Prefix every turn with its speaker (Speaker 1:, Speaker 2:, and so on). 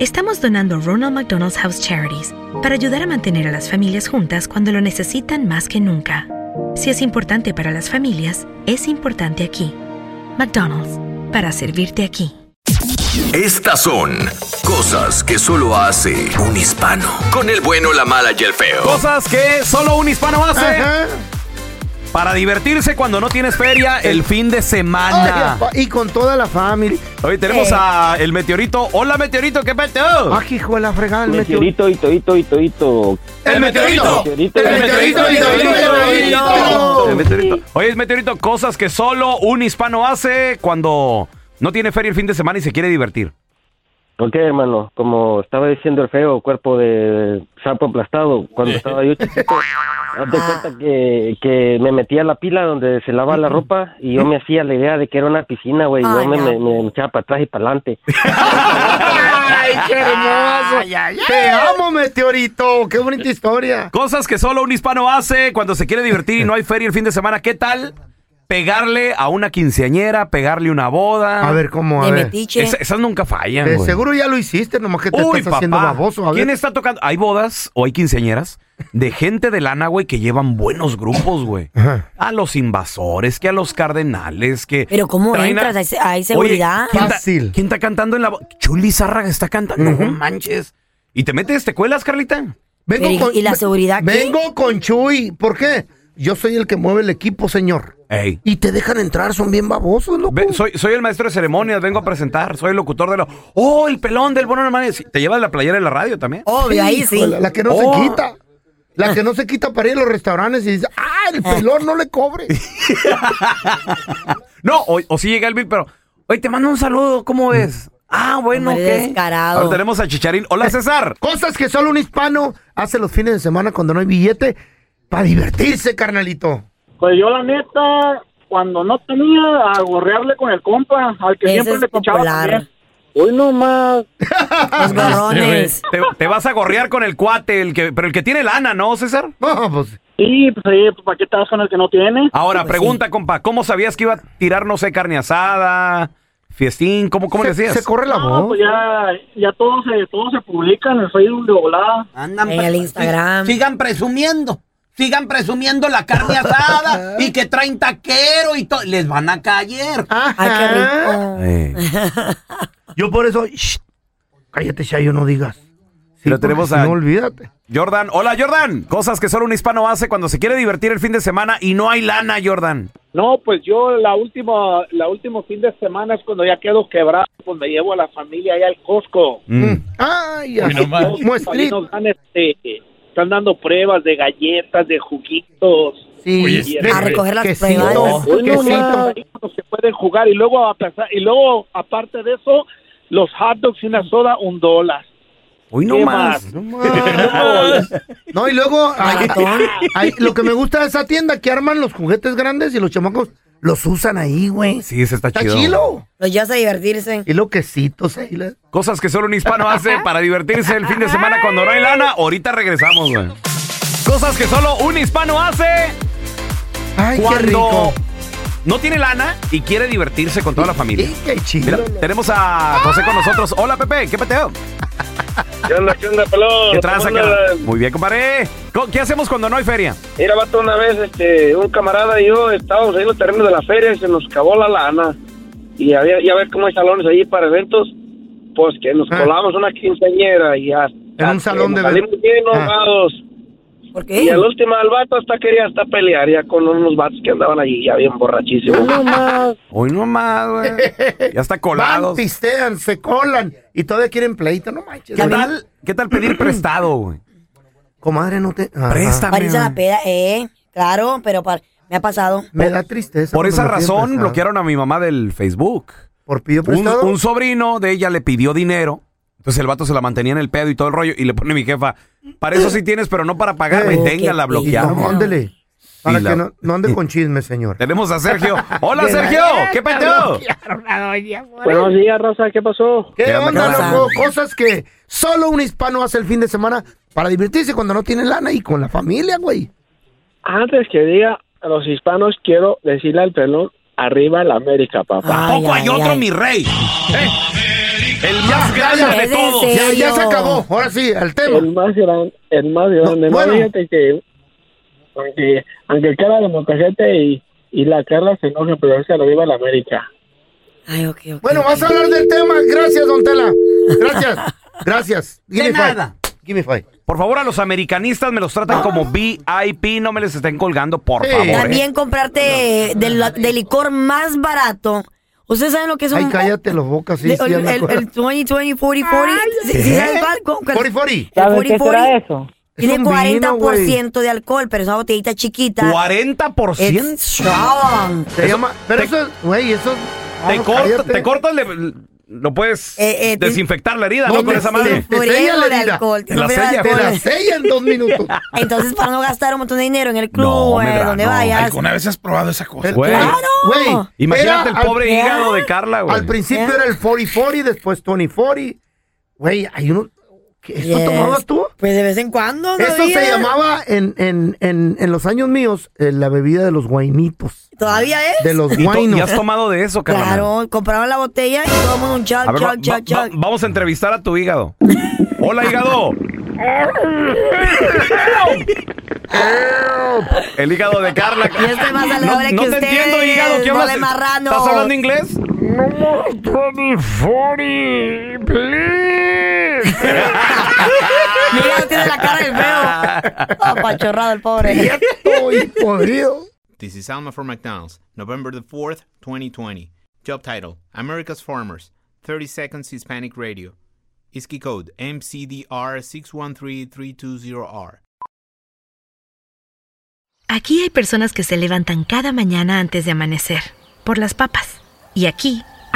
Speaker 1: Estamos donando Ronald McDonald's House Charities para ayudar a mantener a las familias juntas cuando lo necesitan más que nunca. Si es importante para las familias, es importante aquí. McDonald's, para servirte aquí.
Speaker 2: Estas son cosas que solo hace un hispano. Con el bueno, la mala y el feo.
Speaker 3: Cosas que solo un hispano hace. Para divertirse cuando no tienes feria el fin de semana.
Speaker 4: Ay, y con toda la familia.
Speaker 3: Hoy tenemos
Speaker 4: Eh.
Speaker 3: a el meteorito. Hola, meteorito, ¿qué pete?
Speaker 4: Ah, hijo de la fregada, el meteorito.
Speaker 5: Meteorito, y toito, y toito.
Speaker 3: ¡El meteorito!
Speaker 5: Meteorito,
Speaker 3: ¡El meteorito, el meteorito, el meteorito!
Speaker 4: El meteorito.
Speaker 3: Oye, meteorito, cosas que solo un hispano hace cuando no tiene feria el fin de semana y se quiere divertir.
Speaker 5: Ok, hermano, como estaba diciendo el feo, cuerpo de sapo aplastado, cuando estaba yo chiquito, haz de
Speaker 6: Ah.
Speaker 5: cuenta que, que me metía a la pila donde se lava la ropa y yo me hacía la idea de que era una piscina, güey. Yo
Speaker 7: Ay,
Speaker 5: me,
Speaker 7: no.
Speaker 5: me, me echaba para atrás y para adelante.
Speaker 4: ¡Ay, qué hermoso! ¡Te amo, meteorito! ¡Qué bonita historia!
Speaker 3: Cosas que solo un hispano hace cuando se quiere divertir y no hay feria el fin de semana. ¿Qué tal pegarle a una quinceañera, pegarle una boda?
Speaker 4: A ver, ¿cómo? A
Speaker 7: De
Speaker 4: ver.
Speaker 7: metiche.
Speaker 3: Esa- esas nunca fallan.
Speaker 4: De
Speaker 3: güey.
Speaker 4: seguro ya lo hiciste, nomás que te
Speaker 3: Uy,
Speaker 4: estás
Speaker 3: papá.
Speaker 4: haciendo baboso. A ver.
Speaker 3: ¿Quién está tocando? Hay bodas o hay quinceañeras de gente de lana, güey, que llevan buenos grupos, güey.
Speaker 4: Ajá.
Speaker 3: A los invasores, que a los cardenales, que.
Speaker 6: Pero ¿cómo
Speaker 3: traen a-
Speaker 6: entras? Hay se- hay
Speaker 3: Oye,
Speaker 6: seguridad.
Speaker 3: ¿quién está-
Speaker 4: Fácil.
Speaker 3: ¿Quién está cantando en la bo- Chuli Zárraga está cantando. No manches. ¿Y te metes, te cuelas, Carlita?
Speaker 6: Pero, ¿y- y la seguridad qué?
Speaker 4: Vengo con Chuy. ¿Por qué? Yo soy el que mueve el equipo, señor.
Speaker 3: Ey.
Speaker 4: Y te dejan entrar, son bien babosos, loco.
Speaker 3: Ve- soy, soy el maestro de ceremonias, vengo a presentar, soy el locutor de lo. ¡Oh, el pelón del bono hermano! Sí, Te llevas la playera de la radio también.
Speaker 6: Obvio, ahí sí.
Speaker 4: Híjole, La que no
Speaker 3: Oh.
Speaker 4: se quita. La que no se quita para ir a los restaurantes y dice, ¡ah, el pelón no le cobre!
Speaker 3: No, o, o sí llega el Bill, pero. Oye, te mando un saludo, ¿cómo ves? Ah, bueno,
Speaker 6: Mm. Hombre
Speaker 3: ¿qué?
Speaker 6: descarado.
Speaker 3: Ahora tenemos a Chicharín. Hola, César.
Speaker 4: Cosas que solo un hispano hace los fines de semana cuando no hay billete para divertirse, carnalito.
Speaker 8: Pues yo la neta, cuando no tenía, a gorrearle con el compa, al que
Speaker 6: Ese
Speaker 8: siempre
Speaker 6: es
Speaker 8: le pichaba
Speaker 6: popular.
Speaker 8: también. Hoy nomás.
Speaker 6: Los gorrones.
Speaker 3: Te, te vas a gorrear con el cuate, el que, pero el que tiene lana, ¿no, César?
Speaker 4: No, pues,
Speaker 8: Sí, pues sí, pues, ¿para qué estás con el que no tiene?
Speaker 3: Ahora,
Speaker 6: Pues
Speaker 3: pregunta, compa, ¿cómo sabías que iba a tirar, no sé, carne asada, fiestín? ¿Cómo, cómo le
Speaker 4: se,
Speaker 3: decías?
Speaker 4: se corre la
Speaker 8: No,
Speaker 4: voz.
Speaker 8: pues ya, ya todo se, todo se publica en el Facebook de volada.
Speaker 9: Andan
Speaker 6: En el Instagram.
Speaker 9: si- Sigan presumiendo. Sigan presumiendo la carne asada y que traen taquero y todo. Les van a caer.
Speaker 6: Ay, qué
Speaker 4: Ajá.
Speaker 6: rico.
Speaker 3: Eh,
Speaker 4: Yo por eso, shh, cállate, Shayo, no digas. Sí,
Speaker 3: Pero tenemos
Speaker 4: porque si
Speaker 3: a-
Speaker 4: No, olvídate.
Speaker 3: Jordan, hola Jordan. Cosas que solo un hispano hace cuando se quiere divertir el fin de semana y no hay lana, Jordan.
Speaker 8: No, pues yo la última, la último fin de semana es cuando ya quedo quebrado, pues me llevo a la familia allá al Costco.
Speaker 3: Mm.
Speaker 4: Ay, ya.
Speaker 8: Los ahí nos dan, este, están dando pruebas de galletas, de juguitos.
Speaker 4: Sí,
Speaker 8: Oye,
Speaker 4: de-
Speaker 6: a recoger las
Speaker 4: quesito,
Speaker 6: pruebas.
Speaker 8: Hoy
Speaker 4: quesito.
Speaker 8: nomás ahí no se pueden jugar y luego a pesar- y luego aparte de eso los hot dogs y una soda un dólar.
Speaker 3: Hoy no
Speaker 8: ¿Qué
Speaker 3: más.
Speaker 8: más?
Speaker 4: No más. No, y luego, ahí- ahí- lo que me gusta de esa tienda, que arman los juguetes grandes y los chamacos los usan ahí, güey.
Speaker 3: Sí, ese está,
Speaker 4: Está
Speaker 3: chido.
Speaker 4: chilo.
Speaker 6: Los llevas a divertirse.
Speaker 4: Y loquecitos ahí. la-
Speaker 3: Cosas que solo un hispano hace para divertirse el fin de semana cuando no hay lana. Ahorita regresamos, güey. Cosas que solo un hispano hace
Speaker 4: Ay,
Speaker 3: cuando
Speaker 4: qué rico.
Speaker 3: no tiene lana y quiere divertirse con toda la familia.
Speaker 4: Sí, qué chido.
Speaker 3: Mira, tenemos a José con nosotros. Hola, Pepe. ¿Qué peteo?
Speaker 10: ¿Qué onda, qué onda, pelón?
Speaker 3: ¿Qué tranza,
Speaker 10: ¿Cómo
Speaker 3: carnal?
Speaker 10: andas?
Speaker 3: Muy bien, compadre. Co- ¿Qué hacemos cuando no hay feria?
Speaker 10: Mira, vato, una vez este, un camarada y yo estábamos ahí en los terrenos de la feria y se nos acabó la lana. Y había, ya ves cómo hay salones ahí para eventos. Pues que nos colamos una quinceañera y hasta.
Speaker 4: Ah. En un salón
Speaker 10: que
Speaker 4: de
Speaker 10: nos
Speaker 4: eventos.
Speaker 10: Salimos bien
Speaker 4: Ah.
Speaker 10: enojados.
Speaker 6: ¿Por qué?
Speaker 10: Y al último, el vato hasta quería hasta pelear ya con unos vatos que andaban allí ya bien borrachísimos.
Speaker 3: Hoy nomás, güey. Ya está
Speaker 4: Van,
Speaker 3: colado.
Speaker 4: pistean, se colan y todavía quieren pleito, no manches.
Speaker 3: ¿Qué tal, ¿Qué tal pedir prestado, güey?
Speaker 4: Comadre, no te. Ajá.
Speaker 6: Para irse a la peda, eh, claro, pero para... me ha pasado.
Speaker 4: Me da tristeza.
Speaker 3: Por
Speaker 4: cuando
Speaker 3: esa
Speaker 4: me piden
Speaker 3: razón
Speaker 4: prestado.
Speaker 3: bloquearon a mi mamá del Facebook.
Speaker 4: Por pidió
Speaker 3: Un,
Speaker 4: prestado.
Speaker 3: un sobrino de ella le pidió dinero. Entonces el vato se la mantenía en el pedo y todo el rollo. Y le pone mi jefa, para eso sí tienes, pero no para pagarme.
Speaker 4: Eh,
Speaker 3: Téngala
Speaker 6: qué
Speaker 3: bloqueada.
Speaker 4: Y no, ándele. Para
Speaker 3: Y
Speaker 4: que
Speaker 3: la-
Speaker 4: no, no ande con chismes, señor.
Speaker 3: Tenemos a Sergio. Hola, Sergio. ¿Qué peteo?
Speaker 10: Buenos días, Rosa, ¿qué pasó?
Speaker 4: ¿Qué,
Speaker 3: ¿Qué onda,
Speaker 4: onda,
Speaker 3: qué onda?
Speaker 4: loco? Cosas que solo un hispano hace el fin de semana para divertirse cuando no tiene lana y con la familia, güey.
Speaker 10: Antes que diga a los hispanos, quiero decirle al pelón, arriba la América, papá.
Speaker 6: Ay,
Speaker 3: Poco hay
Speaker 6: ay,
Speaker 3: otro,
Speaker 6: ay.
Speaker 3: mi rey. Eh, El
Speaker 4: Ah,
Speaker 3: más grande de
Speaker 6: cállate.
Speaker 3: todos.
Speaker 6: Sí.
Speaker 4: Ya, ya se
Speaker 6: Serio.
Speaker 4: acabó. Ahora sí, al
Speaker 10: El
Speaker 4: tema.
Speaker 10: más grande, el más grande. No,
Speaker 4: bueno.
Speaker 10: fíjate que, aunque, aunque Carla de Mocajete y, y la Carla se enoje, pero se lo viva la América.
Speaker 6: Ay, ok, ok.
Speaker 4: Bueno, vas a hablar del tema. Gracias, don Tela. Gracias. Gracias. Give
Speaker 9: De
Speaker 4: me five.
Speaker 9: nada.
Speaker 4: Give me five.
Speaker 3: Por favor, a los americanistas me los tratan como VIP. No me les estén colgando, por
Speaker 4: Sí.
Speaker 3: favor. eh.
Speaker 6: También comprarte del, del licor más barato. ¿Ustedes saben lo que es un...
Speaker 4: Ay, cállate los bocas. Sí,
Speaker 6: de-
Speaker 4: sí,
Speaker 6: el,
Speaker 4: ya me
Speaker 6: el,
Speaker 4: acuerdo.
Speaker 6: el 20, 20, 40, 40. ¿Sí, sí sabes cuál? ¿Cuál? cuál?
Speaker 4: 40, 40.
Speaker 6: El 40, 40
Speaker 10: eso?
Speaker 6: Tiene
Speaker 4: Es un vino,
Speaker 6: 40%
Speaker 4: güey.
Speaker 6: de alcohol, pero es una botellita chiquita.
Speaker 3: 40%.
Speaker 6: It's strong.
Speaker 4: Se llama. Pero eso, es- güey, eso. es-
Speaker 3: Te,
Speaker 4: vamos,
Speaker 3: corta,
Speaker 4: cállate.
Speaker 3: te cortas, le- lo puedes
Speaker 6: Ah, Eh, eh, te-
Speaker 3: desinfectar la herida,
Speaker 4: No,
Speaker 3: ¿no? Con
Speaker 4: te-
Speaker 3: esa madre.
Speaker 4: te-
Speaker 6: Muriendo
Speaker 4: sella la
Speaker 6: de
Speaker 4: herida.
Speaker 6: alcohol.
Speaker 3: Te la
Speaker 6: muriendo de
Speaker 3: sella.
Speaker 4: Te
Speaker 6: alcohol.
Speaker 4: la sella en dos minutos.
Speaker 6: Entonces, para no gastar un montón de dinero en el club,
Speaker 3: No,
Speaker 6: o en
Speaker 3: Medrano.
Speaker 6: donde eh, vayas.
Speaker 11: ¿Alguna vez has probado esa cosa?
Speaker 4: Pero-
Speaker 3: Güey.
Speaker 6: ¡Claro!
Speaker 4: Güey,
Speaker 3: Imagínate
Speaker 4: era
Speaker 3: el pobre
Speaker 4: al,
Speaker 3: hígado de Carla, güey.
Speaker 4: Al principio era el 40-40, después 20-40. Güey, hay uno. ¿qué- ¿Esto
Speaker 6: Yes.
Speaker 4: tomabas tú?
Speaker 6: Pues de vez en cuando, ¿no?
Speaker 4: Esto se
Speaker 6: había?
Speaker 4: llamaba en, en, en, en los años míos eh, la bebida de los guainitos.
Speaker 6: ¿Todavía es?
Speaker 4: De los
Speaker 3: ¿Y, to- y
Speaker 4: guainos.
Speaker 3: has tomado de eso, Carla?
Speaker 6: Claro, compraban la botella y todo el mundo un
Speaker 3: A
Speaker 6: chug,
Speaker 3: ver, va-
Speaker 6: chug, chug,
Speaker 3: va- va-
Speaker 6: chug.
Speaker 3: vamos a entrevistar a tu hígado. Hola, hígado. El hígado de Carla.
Speaker 6: Yo estoy Este más
Speaker 3: no,
Speaker 6: saludable
Speaker 3: no
Speaker 6: que
Speaker 3: te
Speaker 6: ustedes,
Speaker 3: entiendo, hígado. ¿Qué
Speaker 6: no
Speaker 3: hablas?
Speaker 6: de marrano.
Speaker 3: ¿Estás hablando inglés?
Speaker 6: Mi hígado tiene la cara del feo. Apachorrado el pobre.
Speaker 4: Estoy jodido.
Speaker 12: This is Alma for McDonald's, November the 4th, 2020. Job title America's Farmers, 30 Seconds Hispanic Radio. ISKI code MCDR613320R.
Speaker 1: Aquí hay personas que se levantan cada mañana antes de amanecer, por las papas. Y aquí